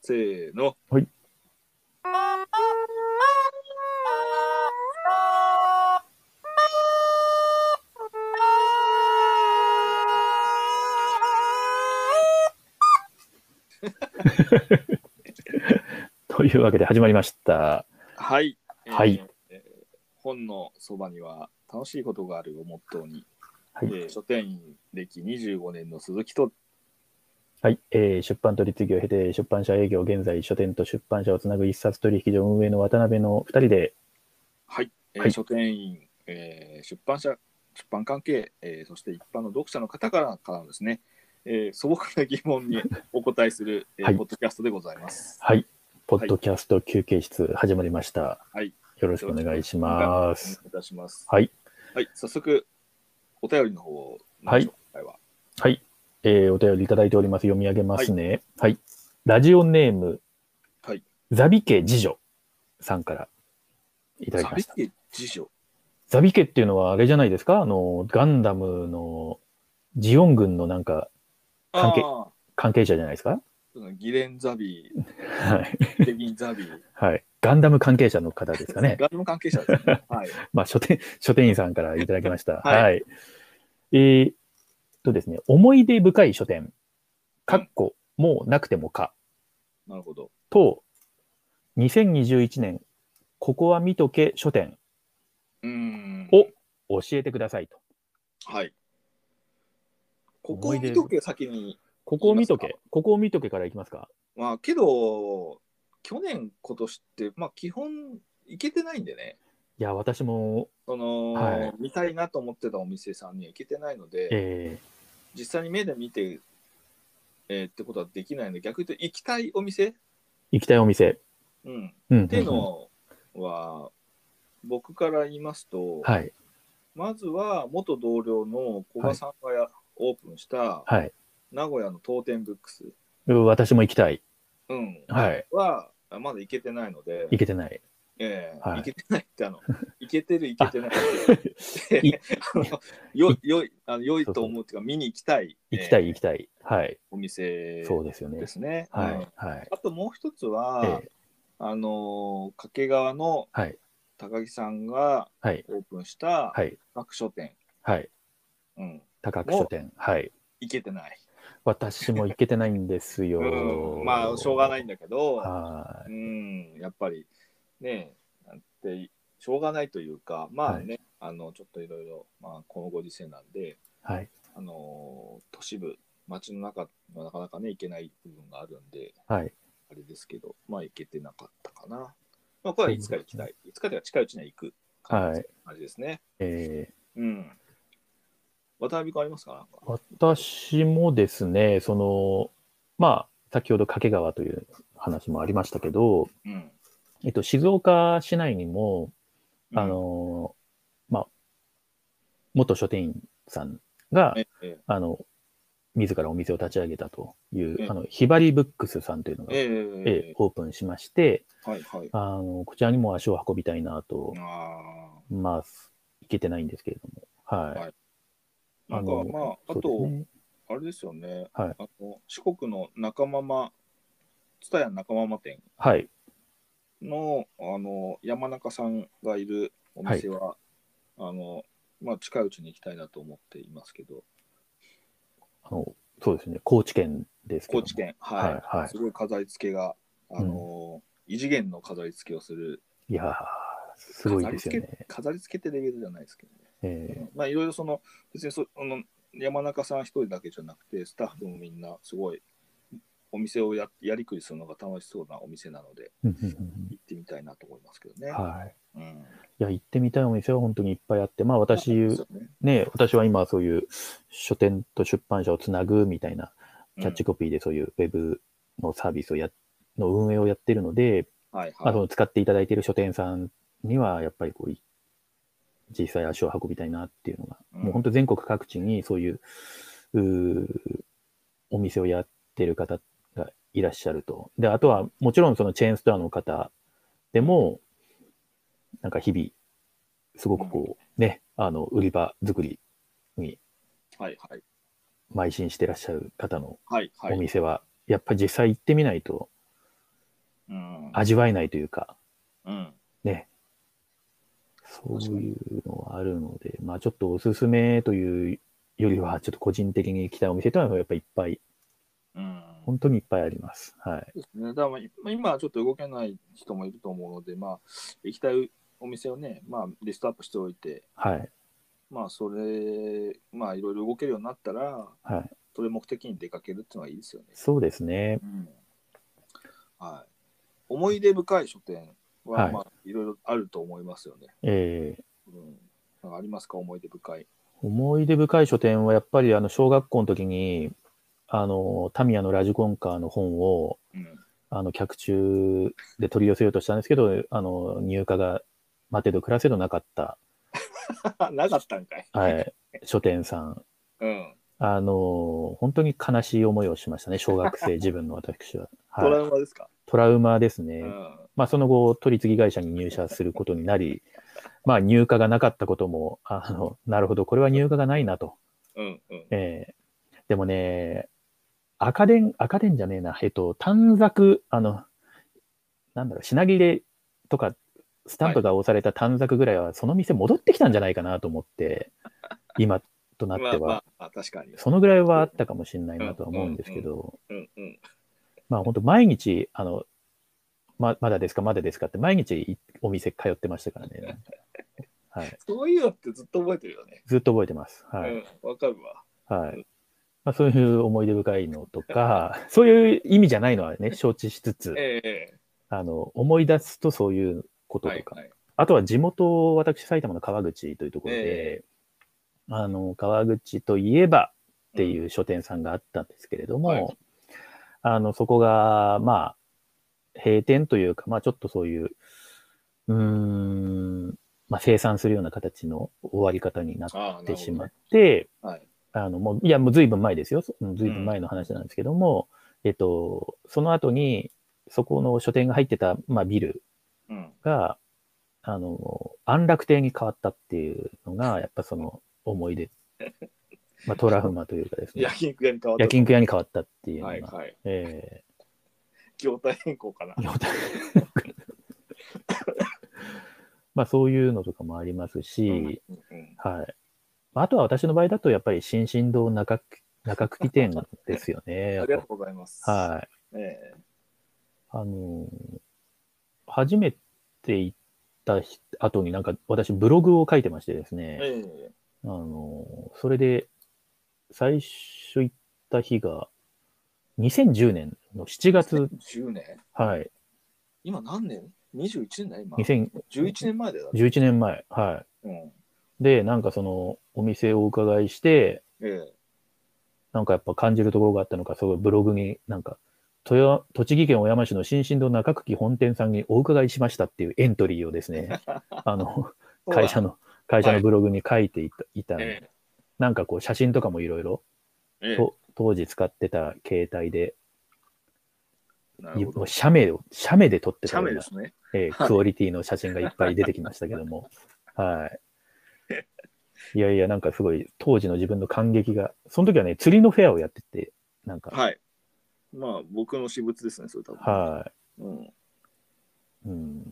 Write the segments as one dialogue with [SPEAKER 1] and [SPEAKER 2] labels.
[SPEAKER 1] せーの。
[SPEAKER 2] はい。というわけで始まりました。
[SPEAKER 1] はい。
[SPEAKER 2] はい
[SPEAKER 1] えー本のそばには楽しいことがあるをモットーに、
[SPEAKER 2] はい
[SPEAKER 1] えー書店員歴25年の鈴木と、
[SPEAKER 2] はい、えー出版取引を経て出版社営業、現在書店と出版社をつなぐ一冊取引所運営の渡辺の2人で、
[SPEAKER 1] はい。えー
[SPEAKER 2] はい
[SPEAKER 1] 書店員、えー出版社、出版関係、えーそして一般の読者の方からからのですね、えー素朴な疑問 にお答えする、えー
[SPEAKER 2] はい
[SPEAKER 1] ポッドキャストでございます。
[SPEAKER 2] はい、ポッドキャスト休憩室始まりました。
[SPEAKER 1] はい。
[SPEAKER 2] よろしくお願いします。
[SPEAKER 1] お願いいたします。
[SPEAKER 2] はい。
[SPEAKER 1] はい。早速、お便りの方を、
[SPEAKER 2] はい。
[SPEAKER 1] 今回は。
[SPEAKER 2] はい、えーお便りいただいております。読み上げますね。はい。ラジオネーム、
[SPEAKER 1] はい
[SPEAKER 2] ザビ家次女さんからいただき
[SPEAKER 1] サ
[SPEAKER 2] ま
[SPEAKER 1] ビ
[SPEAKER 2] した。
[SPEAKER 1] 家辞書。
[SPEAKER 2] ザビ家っていうのはあれじゃないですかあの、ガンダムのジオン軍のなんか関係
[SPEAKER 1] あー
[SPEAKER 2] 関係者じゃないですか
[SPEAKER 1] そのギレン・ザビ ー、
[SPEAKER 2] はい。
[SPEAKER 1] デビン・ザビー、
[SPEAKER 2] はい。ガンダム関係者の方ですかね。
[SPEAKER 1] ガルム関係者ですね。はい。
[SPEAKER 2] まあ、書店、書店員さんからいただきました。は、
[SPEAKER 1] はいい
[SPEAKER 2] えーっとですね、思い出深い書店、かっこ、もうなくてもか、
[SPEAKER 1] なるほど。
[SPEAKER 2] と、2021年、ここは見とけ書店、
[SPEAKER 1] うーん。
[SPEAKER 2] お教えてくださいと。
[SPEAKER 1] はい。ここ
[SPEAKER 2] 思
[SPEAKER 1] を
[SPEAKER 2] い出
[SPEAKER 1] 見とけ、先に。
[SPEAKER 2] ここを見と
[SPEAKER 1] いい
[SPEAKER 2] け
[SPEAKER 1] で、
[SPEAKER 2] ここを見とけからいきますか。
[SPEAKER 1] まあ、けど、去年、今年って、まあ、基本、行けてないんでね。
[SPEAKER 2] いや、私も、
[SPEAKER 1] その、
[SPEAKER 2] はい
[SPEAKER 1] 見たいなと思ってたお店さんには行けてないので、
[SPEAKER 2] え
[SPEAKER 1] 実際に目で見て、えーってことはできないので、逆に言うと、行きたいお店、
[SPEAKER 2] ー行きたいお店。
[SPEAKER 1] うん、
[SPEAKER 2] うんうんうん
[SPEAKER 1] っていうのは、僕から言います と、
[SPEAKER 2] はい、
[SPEAKER 1] まずは元同僚の古賀さんがや、オープンした
[SPEAKER 2] はい。
[SPEAKER 1] 名古屋の当店ブックス、
[SPEAKER 2] う私も行きたい。
[SPEAKER 1] うん、
[SPEAKER 2] はい。
[SPEAKER 1] はまだ行けてないので、
[SPEAKER 2] 行けてない。
[SPEAKER 1] ええ
[SPEAKER 2] はい
[SPEAKER 1] 行けてないってあ の、行けてる行けてないって
[SPEAKER 2] い
[SPEAKER 1] あの よよいあの良いと思うっていうか、見に行きたい、
[SPEAKER 2] 行きた
[SPEAKER 1] え
[SPEAKER 2] い、
[SPEAKER 1] え
[SPEAKER 2] 行きたい。はい。
[SPEAKER 1] お店
[SPEAKER 2] そうですよね
[SPEAKER 1] で。すね。
[SPEAKER 2] は
[SPEAKER 1] うん
[SPEAKER 2] い、はい。
[SPEAKER 1] あともう一つは、
[SPEAKER 2] ええ
[SPEAKER 1] あの掛川の
[SPEAKER 2] はい、
[SPEAKER 1] 高木さんが
[SPEAKER 2] はい、
[SPEAKER 1] オープンした
[SPEAKER 2] はい、
[SPEAKER 1] 各書店、
[SPEAKER 2] はい。
[SPEAKER 1] うん、
[SPEAKER 2] 高く書店。はい。
[SPEAKER 1] 行けてない。
[SPEAKER 2] 私も行けてないんです よ。
[SPEAKER 1] うん、まあしょうがないんだけど、
[SPEAKER 2] は
[SPEAKER 1] う
[SPEAKER 2] い。
[SPEAKER 1] ん、やっぱりねなんてしょうがないというかまあね、あのちょっといろいろ、まあ、このご時世なんで、
[SPEAKER 2] はい。
[SPEAKER 1] あの都市部街の中はなかなかね行けない部分があるんで
[SPEAKER 2] はい。
[SPEAKER 1] あれですけどまあ行けてなかったかな。まあこれはいつか行きたい。いつかでは近いうちには行く感じ,、
[SPEAKER 2] はい
[SPEAKER 1] ですね。
[SPEAKER 2] え
[SPEAKER 1] うん。渡辺君ありますかなんか
[SPEAKER 2] ー、私もですね、その、まあ、先ほど掛川という話もありましたけど、
[SPEAKER 1] うん。
[SPEAKER 2] えっと、静岡市内にも、
[SPEAKER 1] うん
[SPEAKER 2] あ、の、まあ、元書店員さんが、
[SPEAKER 1] ええ
[SPEAKER 2] あの、自らお店を立ち上げたとい
[SPEAKER 1] え
[SPEAKER 2] う、
[SPEAKER 1] え
[SPEAKER 2] あの、ひばりブックスさんというのが、
[SPEAKER 1] えええ
[SPEAKER 2] えー
[SPEAKER 1] え
[SPEAKER 2] オープンしまして、
[SPEAKER 1] はいはい。
[SPEAKER 2] あの、こちらにも足を運びたいなと、
[SPEAKER 1] ああ。
[SPEAKER 2] まあ、行けてないんですけれども。はい。
[SPEAKER 1] はいなんか
[SPEAKER 2] の
[SPEAKER 1] まああ
[SPEAKER 2] そう
[SPEAKER 1] と
[SPEAKER 2] ですね
[SPEAKER 1] あれですよね、
[SPEAKER 2] はい
[SPEAKER 1] あの四国の中ママ、蔦屋中ママ店
[SPEAKER 2] はい。
[SPEAKER 1] のあの山中さんがいるお店は、あのまあ、近いうちに行きたいなと思っていますけど、
[SPEAKER 2] あの、そうですね。高知県ですけど
[SPEAKER 1] 高
[SPEAKER 2] も。
[SPEAKER 1] 知県、
[SPEAKER 2] はい。
[SPEAKER 1] は、
[SPEAKER 2] はい
[SPEAKER 1] すごい飾り付けが、あの異次元の飾り付けをする、
[SPEAKER 2] い。いやー、すごいですよ
[SPEAKER 1] 飾り付け
[SPEAKER 2] ね。
[SPEAKER 1] 飾り付けってレベルじゃないですけどね。
[SPEAKER 2] え
[SPEAKER 1] まあいろいろその別にそあの山中さん一人だけじゃなくてスタッフもみんなすごいお店をややりくりするのが楽しそうなお店なので
[SPEAKER 2] ーうんうんうん
[SPEAKER 1] 行ってみたいなと思いますけど
[SPEAKER 2] う
[SPEAKER 1] ね。
[SPEAKER 2] んはい。
[SPEAKER 1] うん、
[SPEAKER 2] いや、行ってみたいお店は本当にいっぱいあって、まあ私、
[SPEAKER 1] そうですよね
[SPEAKER 2] ね、私は今そういう書店と出版社をつなぐみたいなキャッチコピーでそういうウェブのサービスをや、の運営をやってるので、
[SPEAKER 1] うんはい
[SPEAKER 2] まあ、そ
[SPEAKER 1] は
[SPEAKER 2] の使っていただいている書店さんには、やっぱりこうい、実際足を運びたいなっていうのが、
[SPEAKER 1] うん
[SPEAKER 2] もう本当全国各地にそういう、うーお店をやってる方がいらっしゃると。で、あとは、もちろんそのチェーンストアの方でも、なんか日々、すごくこう、ね、あの、売り場作りに
[SPEAKER 1] いはいはい
[SPEAKER 2] 邁進してらっしゃる方の
[SPEAKER 1] はいは
[SPEAKER 2] お
[SPEAKER 1] い。
[SPEAKER 2] 店は、やっぱり実際行ってみないと
[SPEAKER 1] うん。
[SPEAKER 2] 味わえないというか、
[SPEAKER 1] うん。
[SPEAKER 2] ね。そういうのはあるので、まあちょっとおすすめというよりは、ちょっと個人的に行きたいお店というのはやっぱりいっぱい、
[SPEAKER 1] うん。
[SPEAKER 2] 本当にいっぱいあります。はい。
[SPEAKER 1] そうですね。だからまあいまあ今はちょっと動けない人もいると思うので、まあ、行きたいお店をね、まあ、リストアップしておいて、
[SPEAKER 2] はい。
[SPEAKER 1] まあ、それ、まあ、いろいろ動けるようになったら、
[SPEAKER 2] はい。
[SPEAKER 1] それ目的に出かけるっていうのはいいですよね。
[SPEAKER 2] そうですね。
[SPEAKER 1] うんはい。思い出深い書店は、
[SPEAKER 2] はい
[SPEAKER 1] まあ、いろいろあると思いますよね。
[SPEAKER 2] えー
[SPEAKER 1] うん。なんかありますか、思い出深い。
[SPEAKER 2] 思い出深い書店はやっぱりあの小学校の時にあのタミヤのラジコンカーの本を
[SPEAKER 1] うん。
[SPEAKER 2] あの客中で取り寄せようとしたんですけどあの入荷が待てど暮らせどなかった、
[SPEAKER 1] なかったんかい。
[SPEAKER 2] はい、書店さん
[SPEAKER 1] うん。
[SPEAKER 2] あの本当に悲しい思いをしましたね小学 生自分の私は、
[SPEAKER 1] トラ
[SPEAKER 2] はい、
[SPEAKER 1] ウマですか。
[SPEAKER 2] トラウマですね、
[SPEAKER 1] うん。
[SPEAKER 2] まあ、その後取り次ぎ会社に入社することになり、まあ、入荷がなかったこともあのなるほどこれは入荷がないなと
[SPEAKER 1] うん。うん。
[SPEAKER 2] ええでもね、赤電、赤電じゃねえな、えっと、短冊、あの、なんだろう、品切れとか、スタンプが押された短冊ぐらいは、その店戻ってきたんじゃないかなと思 って、今となって
[SPEAKER 1] ま
[SPEAKER 2] は、
[SPEAKER 1] あ、まああ、確かに。
[SPEAKER 2] そのぐらいはあったかもしれないなとは思うんですけど、
[SPEAKER 1] うん。うん。
[SPEAKER 2] まあ本当毎日、あの、ままだですか、まだですかって、毎日いお店通ってましたからね。 なんかはい、
[SPEAKER 1] そういうのってずっと覚えてるよね。
[SPEAKER 2] ずっと覚えてます。はい。
[SPEAKER 1] うん。わかるわ。
[SPEAKER 2] はい。まあ、そういう思い出深いのとか、 そういう意味じゃないのはね、承知しつつ、
[SPEAKER 1] ええ
[SPEAKER 2] あの、思い出すとそういうこととか、
[SPEAKER 1] はい。はい。
[SPEAKER 2] あとは地元、私、埼玉の川口というところ
[SPEAKER 1] え
[SPEAKER 2] で、あの、川口といえばっていう書店さんがあったんですけれども、
[SPEAKER 1] うんは
[SPEAKER 2] あの、そこが、まあ、閉店というか、まあ、ちょっとそういう、うーん、まあ、生産するような形の終わり方になっ
[SPEAKER 1] ああ、
[SPEAKER 2] てしま
[SPEAKER 1] う。
[SPEAKER 2] って、
[SPEAKER 1] はい。
[SPEAKER 2] あの、もう、いや、もう随分前ですよ。うん随分前の話なんですけども、えっと、その後に、そこの書店が入ってた、まあ、ビル
[SPEAKER 1] うん。
[SPEAKER 2] が、あの、安楽亭に変わったっていうのが、やっぱその 思い出。まあ、トラフマというかですね。
[SPEAKER 1] 焼肉屋に変わった。
[SPEAKER 2] 焼肉屋に変わったっていうのが、
[SPEAKER 1] はい。はい。
[SPEAKER 2] え
[SPEAKER 1] 業態変更かな
[SPEAKER 2] え。 まあ、そういうのとかもありますし、
[SPEAKER 1] うんうん。
[SPEAKER 2] はい。あとは私の場合だと、やっぱり新進堂中区中久喜店ですよね。
[SPEAKER 1] あ
[SPEAKER 2] やっ
[SPEAKER 1] りが
[SPEAKER 2] ぱ
[SPEAKER 1] とうございます。
[SPEAKER 2] はい。
[SPEAKER 1] い。え
[SPEAKER 2] あのー初めて行った日後になんか私ブログを書いてましてです
[SPEAKER 1] え
[SPEAKER 2] ね、
[SPEAKER 1] ええ
[SPEAKER 2] あのーそれで最初行った日が2010年の7月、
[SPEAKER 1] 10年
[SPEAKER 2] はい、
[SPEAKER 1] 今何年 ?21 年だよ今。
[SPEAKER 2] 2011
[SPEAKER 1] 11年前だよ。
[SPEAKER 2] 年前、は
[SPEAKER 1] うん。
[SPEAKER 2] い。で、なんかそのお店をお伺いして、
[SPEAKER 1] ええ。
[SPEAKER 2] なんかやっぱ感じるところがあったのか、そうブログになんか、豊山栃木県小山市の新進堂中久喜本店さんにお伺いしましたっていうエントリーをですね、あの、会社
[SPEAKER 1] の。
[SPEAKER 2] の、会社のブログに書いていた,、いたんで
[SPEAKER 1] ええ。
[SPEAKER 2] なんかこう写真とかもいろいろ、
[SPEAKER 1] ええ
[SPEAKER 2] と当時使ってた携帯で、
[SPEAKER 1] ないるほど。
[SPEAKER 2] 写メを、写メで撮って
[SPEAKER 1] シ
[SPEAKER 2] た
[SPEAKER 1] ャ
[SPEAKER 2] よ
[SPEAKER 1] メ
[SPEAKER 2] う
[SPEAKER 1] で
[SPEAKER 2] な、
[SPEAKER 1] すね。
[SPEAKER 2] ええ
[SPEAKER 1] はい
[SPEAKER 2] クオリティの写真がいっぱい出てきましたけども、はい。いやいや、なんかすごい当時の自分の感激が、その時はね、釣りのフェアをやってて、なんか、
[SPEAKER 1] はい。まあ、僕の私物ですね、それ多分。
[SPEAKER 2] は
[SPEAKER 1] うん。
[SPEAKER 2] い。うん、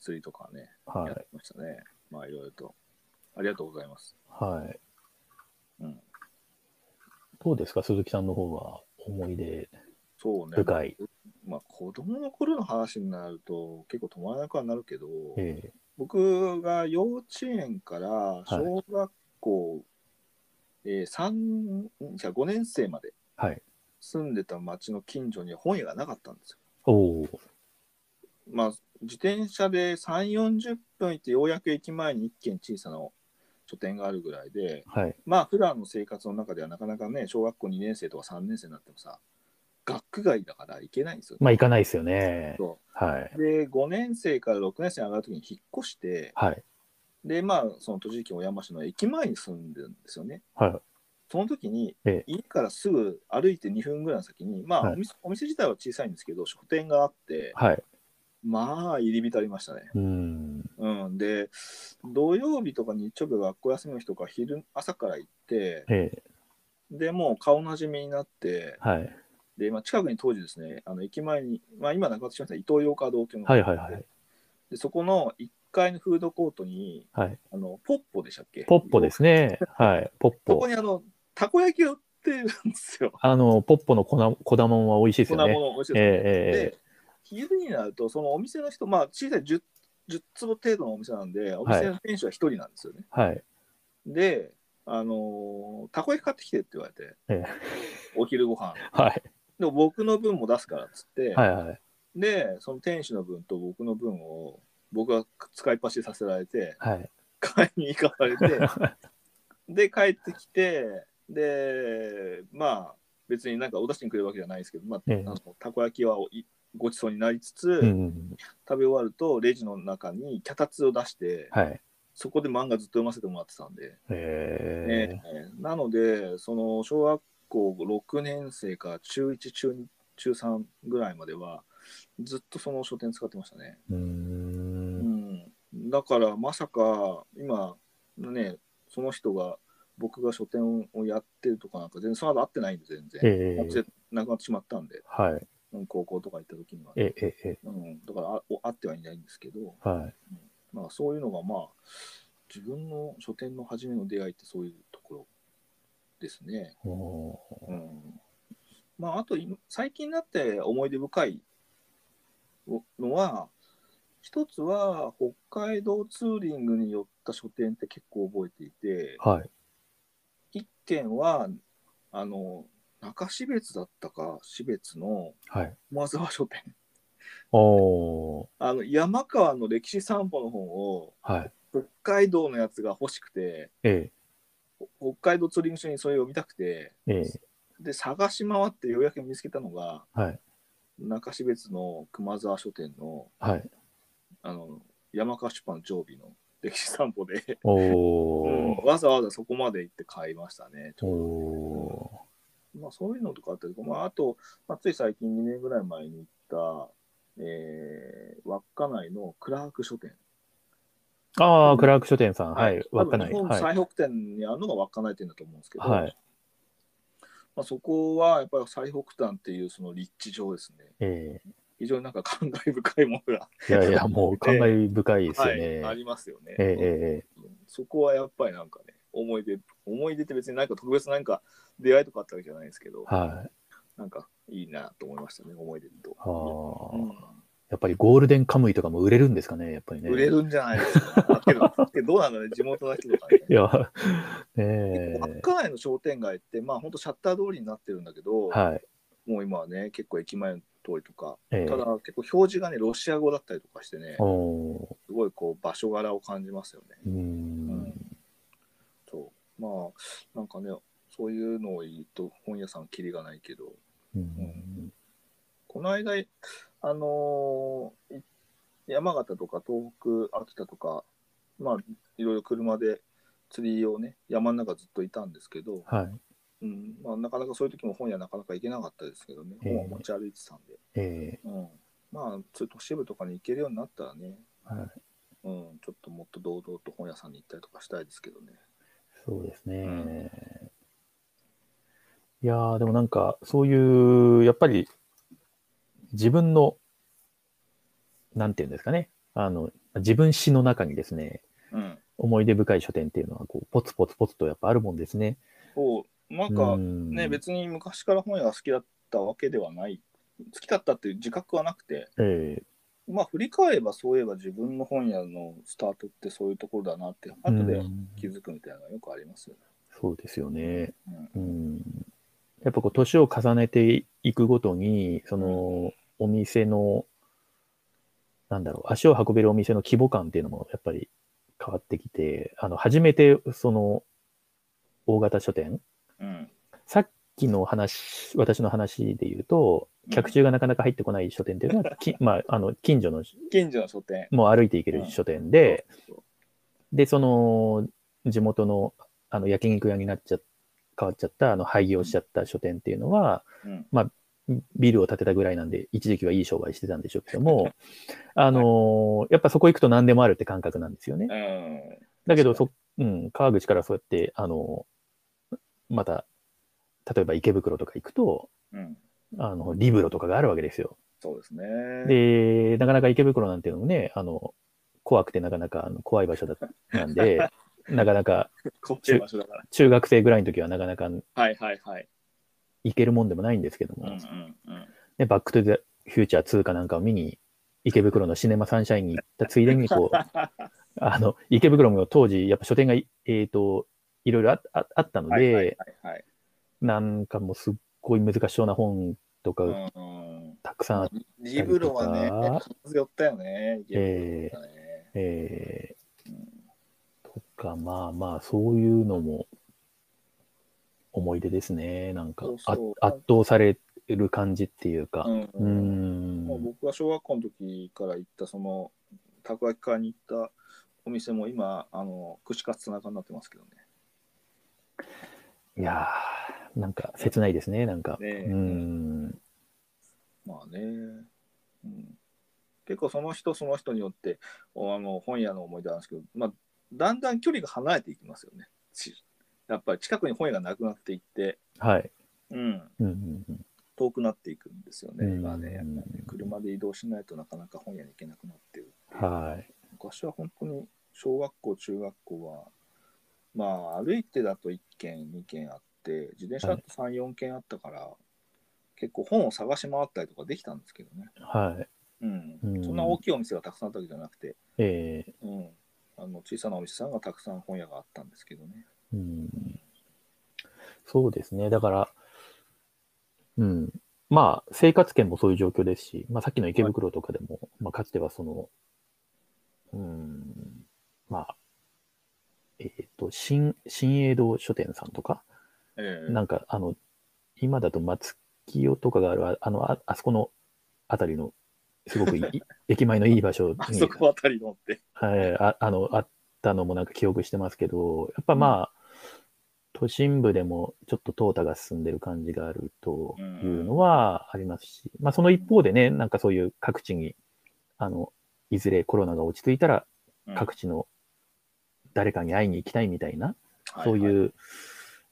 [SPEAKER 1] 釣りとかね、
[SPEAKER 2] は
[SPEAKER 1] やっ
[SPEAKER 2] い。
[SPEAKER 1] てましたね。まあ、いろいろと。ありがとうございます。
[SPEAKER 2] はい。
[SPEAKER 1] うん。
[SPEAKER 2] どうですか、鈴木さんの方は思い出
[SPEAKER 1] そうね。
[SPEAKER 2] 深い。
[SPEAKER 1] まあ、子供の頃の話になると、結構止まらなくはなるけど、
[SPEAKER 2] ええ
[SPEAKER 1] 僕が幼稚園から小学校、えー、三じゃあ5年生まで
[SPEAKER 2] はい。
[SPEAKER 1] 住んでた町の近所には本屋がなかったんですよ。
[SPEAKER 2] おお
[SPEAKER 1] まあ、自転車で3、40分行って、ようやく駅前に1軒小さな書店があるぐらいで、
[SPEAKER 2] はい。
[SPEAKER 1] まあ、普段の生活の中ではなかなかね、小学校2年生とか3年生になってもさ、学区外だから行けないんですよ、
[SPEAKER 2] まあ、行かないですよね。
[SPEAKER 1] そ
[SPEAKER 2] はい。
[SPEAKER 1] うで、5年生から6年生に上がるときに引っ越して、
[SPEAKER 2] はい。
[SPEAKER 1] で、まあ、その栃木県小山市の駅前に住んでるんですよね。
[SPEAKER 2] は
[SPEAKER 1] その時に、
[SPEAKER 2] ええ
[SPEAKER 1] 家からすぐ歩いて2分ぐらいの先に、まあ、
[SPEAKER 2] はい
[SPEAKER 1] お店お店自体は小さいんですけど、書店があって
[SPEAKER 2] い。、はい。
[SPEAKER 1] まあ、入り浸りましたね。
[SPEAKER 2] うん。
[SPEAKER 1] うん、で、土曜日とか日曜日が学校休みの日とか、昼、朝から行って、
[SPEAKER 2] ええ
[SPEAKER 1] でもう顔なじみになって、
[SPEAKER 2] はい。
[SPEAKER 1] で、まあ、近くに当時ですね、あの駅前に、まあ、今亡くなってしまった伊東洋華堂っていうのが
[SPEAKER 2] はいはいはい。
[SPEAKER 1] でそこの1階のフードコートに、
[SPEAKER 2] はい、
[SPEAKER 1] あのポッポでしたっけ。
[SPEAKER 2] ポッポですすね。はい。ポッ
[SPEAKER 1] ここ
[SPEAKER 2] ポ。
[SPEAKER 1] にあのたこ焼きを売ってるんですよ。
[SPEAKER 2] あの、ポッポの粉粉もんは美味しいです
[SPEAKER 1] 粉
[SPEAKER 2] よね。
[SPEAKER 1] 物美味しい
[SPEAKER 2] ええ
[SPEAKER 1] ですよね。
[SPEAKER 2] え
[SPEAKER 1] で、昼になると、そのお店の人、まあ、小さい 10, 10坪程度のお店なんで、お店の店主は1人なんですよね。
[SPEAKER 2] えはい。
[SPEAKER 1] で、あのーたこ焼き買ってきてって言われて、
[SPEAKER 2] え
[SPEAKER 1] お昼ご飯
[SPEAKER 2] はい。
[SPEAKER 1] でも僕の分も出すからっつって、
[SPEAKER 2] はいはい。
[SPEAKER 1] で、その店主の分と僕の分を、僕が使いっ走りさせられて、
[SPEAKER 2] はい。
[SPEAKER 1] 買いに行かさ れて、で、帰ってきて、で、まあ、別になんかお出しにくれるわけじゃないですけど、まあ、
[SPEAKER 2] ええ
[SPEAKER 1] あのたこ焼きはおいごちそうになりつつ、
[SPEAKER 2] うん。
[SPEAKER 1] 食べ終わるとレジの中に脚立を出して、
[SPEAKER 2] はい。
[SPEAKER 1] そこで漫画ずっと読ませてもらってたんで、
[SPEAKER 2] ええ
[SPEAKER 1] ええなのでその小学校6年生から中1中2中3ぐらいまではずっとその書店使ってましたね、
[SPEAKER 2] うー。
[SPEAKER 1] うんん、だからまさか今ねその人が僕が書店をやってるとかなんか全然その後会ってないんで全然、
[SPEAKER 2] ええ
[SPEAKER 1] 学生亡くなってしまったんで、
[SPEAKER 2] はい。
[SPEAKER 1] うん高校とか行った時には、
[SPEAKER 2] えええええ
[SPEAKER 1] うん、だからあお会ってはいないんですけど、
[SPEAKER 2] えはい。
[SPEAKER 1] まあ、そういうのがまあ自分の書店の初めの出会いってそういうところですね。
[SPEAKER 2] おー
[SPEAKER 1] うん、まああと今最近になって思い出深いのは一つは北海道ツーリングに寄った書店って結構覚えていて
[SPEAKER 2] はい。
[SPEAKER 1] 一軒はあの中標別だったか標別の
[SPEAKER 2] はい。
[SPEAKER 1] 駒沢書店
[SPEAKER 2] おー
[SPEAKER 1] あの山川の歴史散歩の本を
[SPEAKER 2] はい。
[SPEAKER 1] 北海道のやつが欲しくて
[SPEAKER 2] え
[SPEAKER 1] 北海道ツーリング中にそれを見たくて、
[SPEAKER 2] ええ
[SPEAKER 1] で、探し回ってようやく見つけたのが、
[SPEAKER 2] えはい。
[SPEAKER 1] 中標津の熊沢書店の
[SPEAKER 2] はい。
[SPEAKER 1] あの山川出版常備の歴史散歩で、
[SPEAKER 2] お
[SPEAKER 1] うん
[SPEAKER 2] お
[SPEAKER 1] わざわざそこまで行って買いましたね。
[SPEAKER 2] おお
[SPEAKER 1] まあ、そういうのとかあったりとか、まあ、あと、まあ、つい最近2年ぐらい前に行った、えー、稚内のクラーク書店。
[SPEAKER 2] ーああ、クラーク書店さん。はい。
[SPEAKER 1] 多分
[SPEAKER 2] 稚内。
[SPEAKER 1] 日本
[SPEAKER 2] はい。
[SPEAKER 1] 最北店にあるのが稚内店だと思うんですけど、
[SPEAKER 2] はい。
[SPEAKER 1] まあ、そこはやっぱり最北端っていうその立地上ですね。
[SPEAKER 2] え
[SPEAKER 1] 非常になんか感慨深いものが、
[SPEAKER 2] えい やいや、もう感慨深いですよね。
[SPEAKER 1] はいありますよね、
[SPEAKER 2] ええええ
[SPEAKER 1] うんそこはやっぱりなんかね、思い出、思い出って別になんか特別なんか出会いとかあったわけじゃないですけど、
[SPEAKER 2] はい。
[SPEAKER 1] なんかいいなと思いましたね、思い出と。
[SPEAKER 2] あー
[SPEAKER 1] うん
[SPEAKER 2] やっぱりゴールデンカムイとかも売れるんですかね、やっぱりね。
[SPEAKER 1] 売れるんじゃないですか。 だけど、だけどどうなんだね、地元の人とかね。
[SPEAKER 2] いや、 ねえ
[SPEAKER 1] 稚内の商店街って、まあ本当シャッター通りになってるんだけど、
[SPEAKER 2] はい。
[SPEAKER 1] もう今はね、結構駅前の通りとか、
[SPEAKER 2] ええ
[SPEAKER 1] ただ結構表示がね、ロシア語だったりとかしてね、
[SPEAKER 2] お
[SPEAKER 1] すごいこう場所柄を感じますよね。
[SPEAKER 2] ーうー
[SPEAKER 1] うん
[SPEAKER 2] ん。
[SPEAKER 1] そうまあなんかねそういうのを言うと本屋さんキリがないけど
[SPEAKER 2] うん
[SPEAKER 1] この間あのーい山形とか東北秋田とかまあいろいろ車で釣りをね山の中ずっといたんですけど、
[SPEAKER 2] はい。
[SPEAKER 1] うんまあ、なかなかそういう時も本屋なかなか行けなかったですけどね
[SPEAKER 2] ええ
[SPEAKER 1] 本を持ち歩いてたんで、
[SPEAKER 2] ええ
[SPEAKER 1] うん、まあそういう都市部とかに行けるようになったらね、
[SPEAKER 2] はい
[SPEAKER 1] うん、ちょっともっと堂々と本屋さんに行ったりとかしたいですけどね。
[SPEAKER 2] そうですね。
[SPEAKER 1] うん
[SPEAKER 2] いやーでもなんか、そういう、やっぱり、自分の、なんていうんですかね。あの、自分史の中にですね、
[SPEAKER 1] うん、
[SPEAKER 2] 思い出深い書店っていうのは、こう、ポツポツポツとやっぱあるもんですね。
[SPEAKER 1] そうなんか、
[SPEAKER 2] うん
[SPEAKER 1] ね、別に昔から本屋が好きだったわけではない好きだったっていう自覚はなくて
[SPEAKER 2] ええ
[SPEAKER 1] まあ振り返ればそういえば自分の本屋のスタートってそういうところだなって後
[SPEAKER 2] う
[SPEAKER 1] で
[SPEAKER 2] ん
[SPEAKER 1] 気づくみたいなのよくありますよね。
[SPEAKER 2] そうですよね。
[SPEAKER 1] うん
[SPEAKER 2] うん、やっぱこう年を重ねていくごとにそのお店のなんだろう足を運べるお店の規模感っていうのもやっぱり変わってきてあの初めてその大型書店
[SPEAKER 1] うん
[SPEAKER 2] さっきの話私の話で言うと客中がなかなか入ってこない書店っていうのは、きまあ、あの近所の
[SPEAKER 1] 近所の書店
[SPEAKER 2] もう歩いていける書店で、
[SPEAKER 1] そう
[SPEAKER 2] で、その、地元の、あの、焼肉屋になっちゃ、変わっちゃった、あの、廃業しちゃった書店っていうのは、
[SPEAKER 1] そううん
[SPEAKER 2] ビルを建てたぐらいなんで、一時期はいい商売してたんでしょうけども、あのーやっぱそこ行くと何でもあるって感覚なんですよね。
[SPEAKER 1] うん
[SPEAKER 2] だけど、そ、うん、川口からそうやって、あのーまた、例えば池袋とか行くと、
[SPEAKER 1] うん
[SPEAKER 2] あの、リブロとかがあるわけですよ。
[SPEAKER 1] そうですね。
[SPEAKER 2] で、なかなか池袋なんていうのもね、あの、怖くてなかなかあの怖い場所だなんで、なかなか
[SPEAKER 1] こっちの場所だから。
[SPEAKER 2] 中学生ぐらいの時はなかなか
[SPEAKER 1] はいはいはい。
[SPEAKER 2] 行けるもんでもないんですけど
[SPEAKER 1] う
[SPEAKER 2] も、
[SPEAKER 1] んうんうん。
[SPEAKER 2] ね、バックトゥザフューチャー2かなんかを見に、池袋のシネマサンシャインに行ったついでに、こう、 あの、池袋も当時、やっぱ書店がい、えっ、と、いろいろあああったので、
[SPEAKER 1] はいはいはいはい。
[SPEAKER 2] なんかもうすっごい難しそうな本とか
[SPEAKER 1] うん
[SPEAKER 2] たくさんあっ
[SPEAKER 1] リブロはね、寄ったよね。リ
[SPEAKER 2] え
[SPEAKER 1] ブロだね
[SPEAKER 2] えー
[SPEAKER 1] うん
[SPEAKER 2] とか、まあまあ、そういうのも思い出ですね。なんか
[SPEAKER 1] そうそう
[SPEAKER 2] あ圧倒される感じっていうか。う
[SPEAKER 1] うん
[SPEAKER 2] ん。
[SPEAKER 1] もう僕が小学校の時から行った、その、たこ焼き買いに行ったお店も今、あの、串カツ田中になってますけどね。
[SPEAKER 2] いやー、なんか切ないですね。なんか。
[SPEAKER 1] ねえ
[SPEAKER 2] うん。
[SPEAKER 1] まあね。うん、結構その人その人によって、おあの本屋の思い出なんですけど、まあ、だんだん距離が離れていきますよね。ちやっぱり近くに本屋がなくなっていって、
[SPEAKER 2] はい。
[SPEAKER 1] うん、
[SPEAKER 2] うんうんうん
[SPEAKER 1] 遠くなっていくんですよね。
[SPEAKER 2] うん
[SPEAKER 1] まあね、やっぱりね車で移動しないとなかなか本屋に行けなくなってる。
[SPEAKER 2] はい。
[SPEAKER 1] 昔は本当に小学校、中学校は、まあ歩いてだと1軒、2軒あって、自転車だと3、4軒あったから、結構本を探し回ったりとかできたんですけどね。
[SPEAKER 2] はい。
[SPEAKER 1] うん
[SPEAKER 2] うん
[SPEAKER 1] そんな大きいお店がたくさんあったわけじゃなくて、
[SPEAKER 2] えー
[SPEAKER 1] うん、あの小さなお店さんがたくさん本屋があったんですけどね。
[SPEAKER 2] うんそうですね。だから、うん。まあ、生活圏もそういう状況ですし、まあ、さっきの池袋とかでも、まあ、かつてはその、うん、まあ、えっ、と、新、新栄堂書店さんとか、
[SPEAKER 1] ええ
[SPEAKER 2] なんか、あの、今だと松清とかがある、ああの、ああそこのあたりの、すごくい い駅前のいい場所に、
[SPEAKER 1] あ そこあたりのって。
[SPEAKER 2] はい、ああの、あったのもなんか記憶してますけど、やっぱまあ、都心部でもちょっと淘汰が進んでる感じがあるというのはありますし、まあその一方でね、なんかそういう各地に、あの、いずれコロナが落ち着いたら
[SPEAKER 1] うん
[SPEAKER 2] 各地の誰かに会いに行きたいみたいな、そう
[SPEAKER 1] う。
[SPEAKER 2] いう、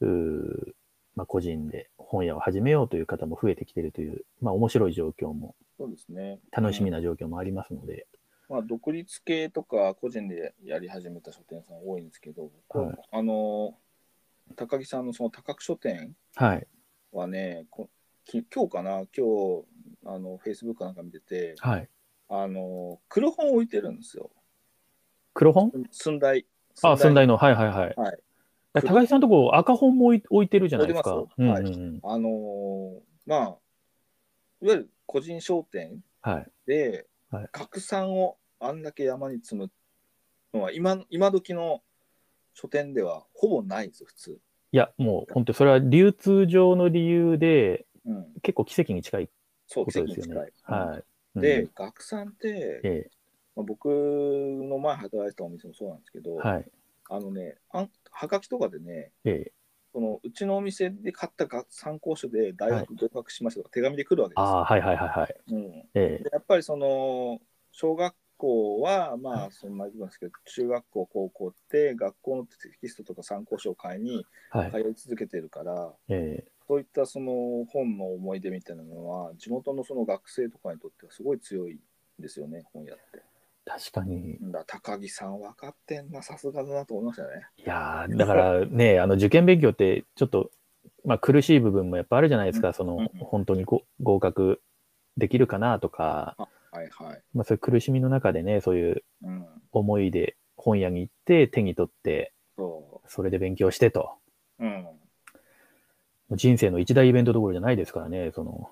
[SPEAKER 2] うーまあ個人で本屋を始めようという方も増えてきてるという、まあ面白い状況も、
[SPEAKER 1] そうですね。
[SPEAKER 2] 楽しみな状況もありますので、
[SPEAKER 1] まあ、独立系とか個人でやり始めた書店さん多いんですけど、
[SPEAKER 2] はい
[SPEAKER 1] あの高木さんのその高木書店
[SPEAKER 2] はい、
[SPEAKER 1] はねこき今日かな今日あの Facebook かなんか見てて
[SPEAKER 2] はい。
[SPEAKER 1] あの黒本置いてるんですよ
[SPEAKER 2] 黒本
[SPEAKER 1] 寸大
[SPEAKER 2] あ、寸
[SPEAKER 1] 大
[SPEAKER 2] 大の、はいはいはい。
[SPEAKER 1] はい
[SPEAKER 2] だから高木さんのとこ、赤本も置い置いてるじゃないですか。
[SPEAKER 1] 置いてます
[SPEAKER 2] うん
[SPEAKER 1] よ
[SPEAKER 2] うん
[SPEAKER 1] あのーまあいわゆる個人商店
[SPEAKER 2] うんはい。
[SPEAKER 1] で
[SPEAKER 2] はい
[SPEAKER 1] 拡散をあんだけ山に積むのは今今時の書店ではほぼないんですよ普通。
[SPEAKER 2] いや、もう本当、それは流通上の理由で、
[SPEAKER 1] うん、
[SPEAKER 2] 結構奇跡に近い
[SPEAKER 1] そう
[SPEAKER 2] こ
[SPEAKER 1] 奇
[SPEAKER 2] と
[SPEAKER 1] 跡
[SPEAKER 2] で
[SPEAKER 1] に
[SPEAKER 2] すよ
[SPEAKER 1] 近
[SPEAKER 2] ね
[SPEAKER 1] い。。
[SPEAKER 2] はい。
[SPEAKER 1] で
[SPEAKER 2] うん、
[SPEAKER 1] 学さんって、
[SPEAKER 2] え
[SPEAKER 1] まあ、僕の前働いてたお店もそうなんですけど、
[SPEAKER 2] え、はい。
[SPEAKER 1] あのね、あんはがきとかでね、
[SPEAKER 2] ええ、
[SPEAKER 1] そのうちのお店で買ったが参考書で大学合格しましたとか、手紙で来るわけで
[SPEAKER 2] ああ、はいはいはいはい。
[SPEAKER 1] すよ。うん、で
[SPEAKER 2] ええ、
[SPEAKER 1] やっぱりその小学校はま
[SPEAKER 2] は
[SPEAKER 1] あそんなになんですけど、中学校、高校って学校のテキストとか参考書を買いに
[SPEAKER 2] はい。
[SPEAKER 1] 通い続けてるから、
[SPEAKER 2] ええ、
[SPEAKER 1] そういったその本の思い出みたいなのは、地元のその学生とかにとってはすごい強いんですよね、本屋って。
[SPEAKER 2] 確かに。
[SPEAKER 1] だから高木さん分かってんな、さすがだなと思いましたね。
[SPEAKER 2] いやーだからね、あの受験勉強って、ちょっと、まあ、苦しい部分もやっぱあるじゃないですか、
[SPEAKER 1] うん
[SPEAKER 2] その、
[SPEAKER 1] うん
[SPEAKER 2] 本当にご合格できるかなとか、
[SPEAKER 1] あはいはい。
[SPEAKER 2] まあ、そういう苦しみの中でね、そういう
[SPEAKER 1] うん。
[SPEAKER 2] 思いで本屋に行って手に取って
[SPEAKER 1] そ
[SPEAKER 2] それで勉強してと
[SPEAKER 1] う。うん。
[SPEAKER 2] 人生の一大イベントどころじゃないですからねその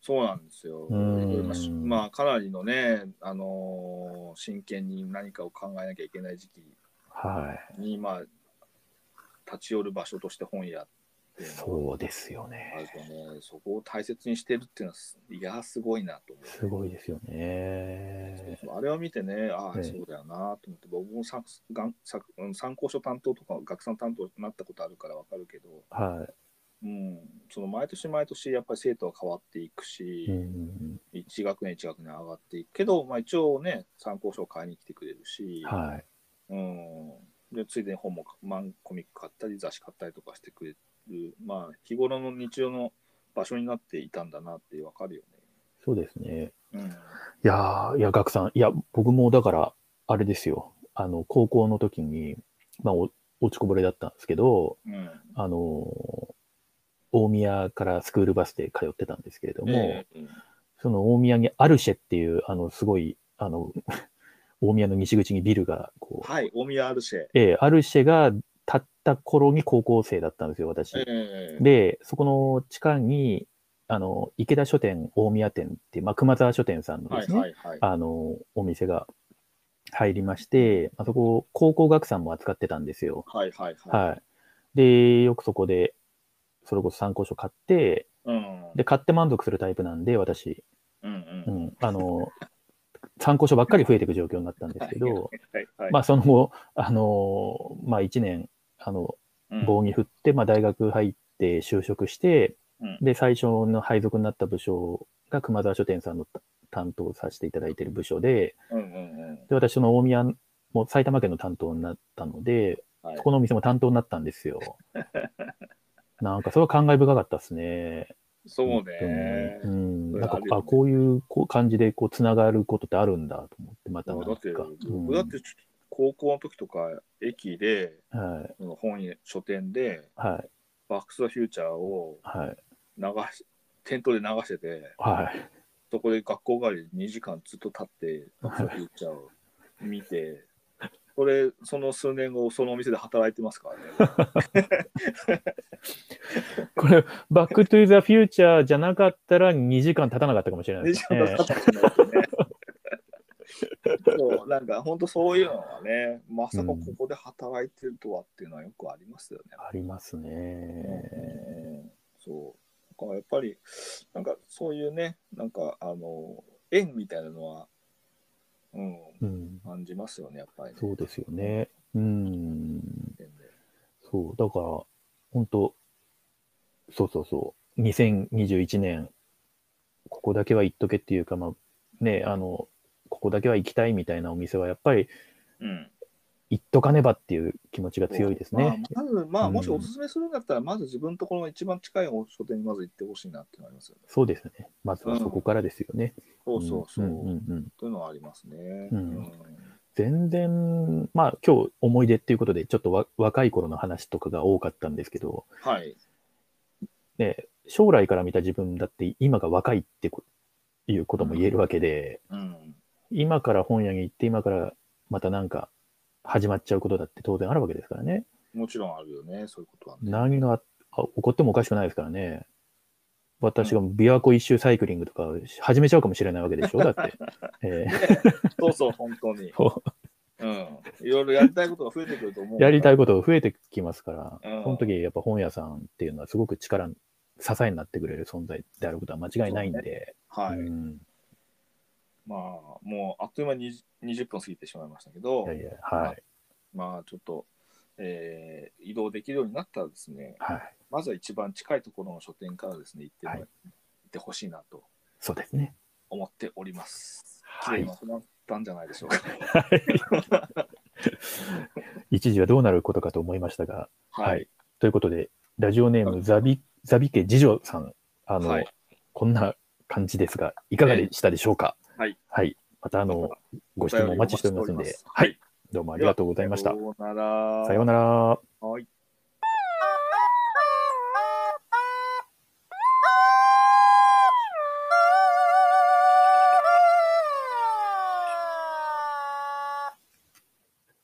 [SPEAKER 1] そうなんですよ。
[SPEAKER 2] うん
[SPEAKER 1] まあしまあ、かなりのね、あのー真剣に何かを考えなきゃいけない時期
[SPEAKER 2] はい
[SPEAKER 1] に、まあ、立ち寄る場所として本屋っていうのが
[SPEAKER 2] そうですよ
[SPEAKER 1] あ
[SPEAKER 2] ね
[SPEAKER 1] るとね、そこを大切にしてるっていうのはす、いや、すごいなと思って
[SPEAKER 2] すごいですよね
[SPEAKER 1] あれを見てね、ああ、
[SPEAKER 2] ええ
[SPEAKER 1] そうだよなと思って、僕も参がん参参考書担当とか、学さん担当になったことあるから分かるけど、
[SPEAKER 2] は
[SPEAKER 1] うん、その毎年毎年、やっぱり生徒は変わっていく
[SPEAKER 2] い、
[SPEAKER 1] し、
[SPEAKER 2] うん、
[SPEAKER 1] 一学年一学年上がっていくけど、まあ、一応ね、参考書を買いに来てくれるし、
[SPEAKER 2] はい
[SPEAKER 1] うん、でついでに本も、まあ、コミック買ったり、雑誌買ったりとかしてくれる、まあ、日頃の日常の場所になっていたんだなってわかるよ
[SPEAKER 2] そうですね。
[SPEAKER 1] ね。うん、
[SPEAKER 2] いやー、いや、ガクさん、いや、僕もだから、あれですよ。あの、高校の時に、まあ、お落ちこぼれだったんですけど、
[SPEAKER 1] うん、
[SPEAKER 2] あのー大宮からスクールバスで通ってたんですけれども、
[SPEAKER 1] ええ
[SPEAKER 2] その大宮にアルシェっていう、あの、すごい、あの、 大宮の西口にビルが、こう、
[SPEAKER 1] はい、大宮アルシェ。
[SPEAKER 2] ええアルシェが建った頃に高校生だったんですよ、私。
[SPEAKER 1] ええ
[SPEAKER 2] で、そこの地下に、あの、池田書店大宮店っていう、まあ、熊沢書店さんの
[SPEAKER 1] は
[SPEAKER 2] で
[SPEAKER 1] い
[SPEAKER 2] すね、
[SPEAKER 1] はいはい。
[SPEAKER 2] あの、お店が入りまして、あそこ、高校学さんも扱ってたんですよ。
[SPEAKER 1] はいはいはい。
[SPEAKER 2] はい。で、よくそこで、それこそ参考書買って、
[SPEAKER 1] うん
[SPEAKER 2] で、買って満足するタイプなんで、私、
[SPEAKER 1] うん
[SPEAKER 2] う
[SPEAKER 1] うん
[SPEAKER 2] ん、あの、参考書ばっかり増えていく状況になったんですけど、
[SPEAKER 1] はいはい
[SPEAKER 2] まあ、その後、あの、まあ、1年、あの、
[SPEAKER 1] うん
[SPEAKER 2] 棒に振って、まあ、大学入って就職して、
[SPEAKER 1] うん
[SPEAKER 2] で、最初の配属になった部署が熊沢書店さんの担当させていただいている部署で、
[SPEAKER 1] うんうんうん
[SPEAKER 2] で、私、その大宮も埼玉県の担当になったので、
[SPEAKER 1] はい
[SPEAKER 2] そこのお店も担当になったんです よ。なんか、それは感慨深かったですね。
[SPEAKER 1] そうね
[SPEAKER 2] う。ん。
[SPEAKER 1] そ
[SPEAKER 2] な
[SPEAKER 1] れ
[SPEAKER 2] んか、
[SPEAKER 1] あるよね
[SPEAKER 2] あ、こういうこう感じで、こう、つながることってあるんだと思って、またなん
[SPEAKER 1] だ
[SPEAKER 2] か。
[SPEAKER 1] って、
[SPEAKER 2] うん
[SPEAKER 1] 僕だって高校の時とか駅で、
[SPEAKER 2] はい、
[SPEAKER 1] その本屋書店で、
[SPEAKER 2] はい、
[SPEAKER 1] バックス・ザ・フューチャーを
[SPEAKER 2] はい、
[SPEAKER 1] 流し、店頭で流してて、
[SPEAKER 2] はい。
[SPEAKER 1] そこで学校帰り2時間ずっと立って、バックス・ザ・フューチャーを見て、それ、その数年後、そのお店で働いてますからね。
[SPEAKER 2] これ、バックトゥザフューチャーじゃなかったら2時間経たなかったかもしれない
[SPEAKER 1] 2
[SPEAKER 2] で
[SPEAKER 1] 時
[SPEAKER 2] すね。
[SPEAKER 1] 間経ったことないですね。そうなんか本当そういうのはね、まさかここで働いてるとはっていうのはよくありますよね。
[SPEAKER 2] ありますね。
[SPEAKER 1] そう。だからやっぱり、なんかそういうね、なんかあの、縁みたいなのは、うん、
[SPEAKER 2] うん、
[SPEAKER 1] 感じますよね、やっぱり、ね。
[SPEAKER 2] そうですよね。うん、
[SPEAKER 1] 縁で
[SPEAKER 2] そう、だから、本当そうそうそう、2021年、ここだけは行っとけっていうか、まあ、ね、あの、ここだけは行きたいみたいなお店は、やっぱり
[SPEAKER 1] うん。
[SPEAKER 2] 行っとかねばっていう気持ちが強いですね。
[SPEAKER 1] まあ、まず、まあ、
[SPEAKER 2] うん
[SPEAKER 1] もしおすすめするんだったら、まず自分のところの一番近いお書店にまず行ってほしいなっていうのはありますよね。
[SPEAKER 2] そうですね。まずはそこからですよね。
[SPEAKER 1] そうそうそう。
[SPEAKER 2] んうんうん
[SPEAKER 1] というのはありますね。
[SPEAKER 2] うん全然、まあ今日思い出っていうことで、ちょっとわ若い頃の話とかが多かったんですけど、
[SPEAKER 1] はい。
[SPEAKER 2] ね、将来から見た自分だって今が若いってこいうことも言えるわけで、
[SPEAKER 1] うん。
[SPEAKER 2] 今から本屋に行って、今からまたなんか始まっちゃうことだって当然あるわけですからね。
[SPEAKER 1] もちろんあるよね、そういうことはね。
[SPEAKER 2] 何があ起こってもおかしくないですからね。私が琵琶湖一周サイクリングとか始めちゃうかもしれないわけでしょ だって。えー
[SPEAKER 1] そうそう、本当に。
[SPEAKER 2] そう
[SPEAKER 1] うん。いろいろやりたいことが増えてくると思う。
[SPEAKER 2] やりたい
[SPEAKER 1] こ
[SPEAKER 2] ことが増えてきますから、
[SPEAKER 1] うん
[SPEAKER 2] その時やっぱ本屋さんっていうのはすごく力、支えになってくれる存在であることは間違いないんで、
[SPEAKER 1] と。はい。
[SPEAKER 2] うん、
[SPEAKER 1] まあ、もうあっという間に20分過ぎてしまいましたけど、
[SPEAKER 2] いやいや、はい、
[SPEAKER 1] まあ、ちょっと、えー移動できるようになったらですね、
[SPEAKER 2] はい、
[SPEAKER 1] まずは一番近いところの書店からですね、行ってもら、
[SPEAKER 2] はい
[SPEAKER 1] 行ってほしいなと
[SPEAKER 2] そうですね。
[SPEAKER 1] 思っております。綺
[SPEAKER 2] はい
[SPEAKER 1] 麗にまとまったんじゃないでしょうか。
[SPEAKER 2] 一時はどうなることかと思いましたが、
[SPEAKER 1] はい。
[SPEAKER 2] はいということで、ラジオネームザビ、ザビ家次女さん、あの、
[SPEAKER 1] はい
[SPEAKER 2] こんな感じですが、いかがでしたでしょうか、
[SPEAKER 1] はい。
[SPEAKER 2] はい、またあの、ご質問お待ちしておりますん
[SPEAKER 1] お便り
[SPEAKER 2] で、
[SPEAKER 1] お待ちしております
[SPEAKER 2] はい、どうもありがとうございました
[SPEAKER 1] さ。ようなら。
[SPEAKER 2] さようなら。
[SPEAKER 1] はい。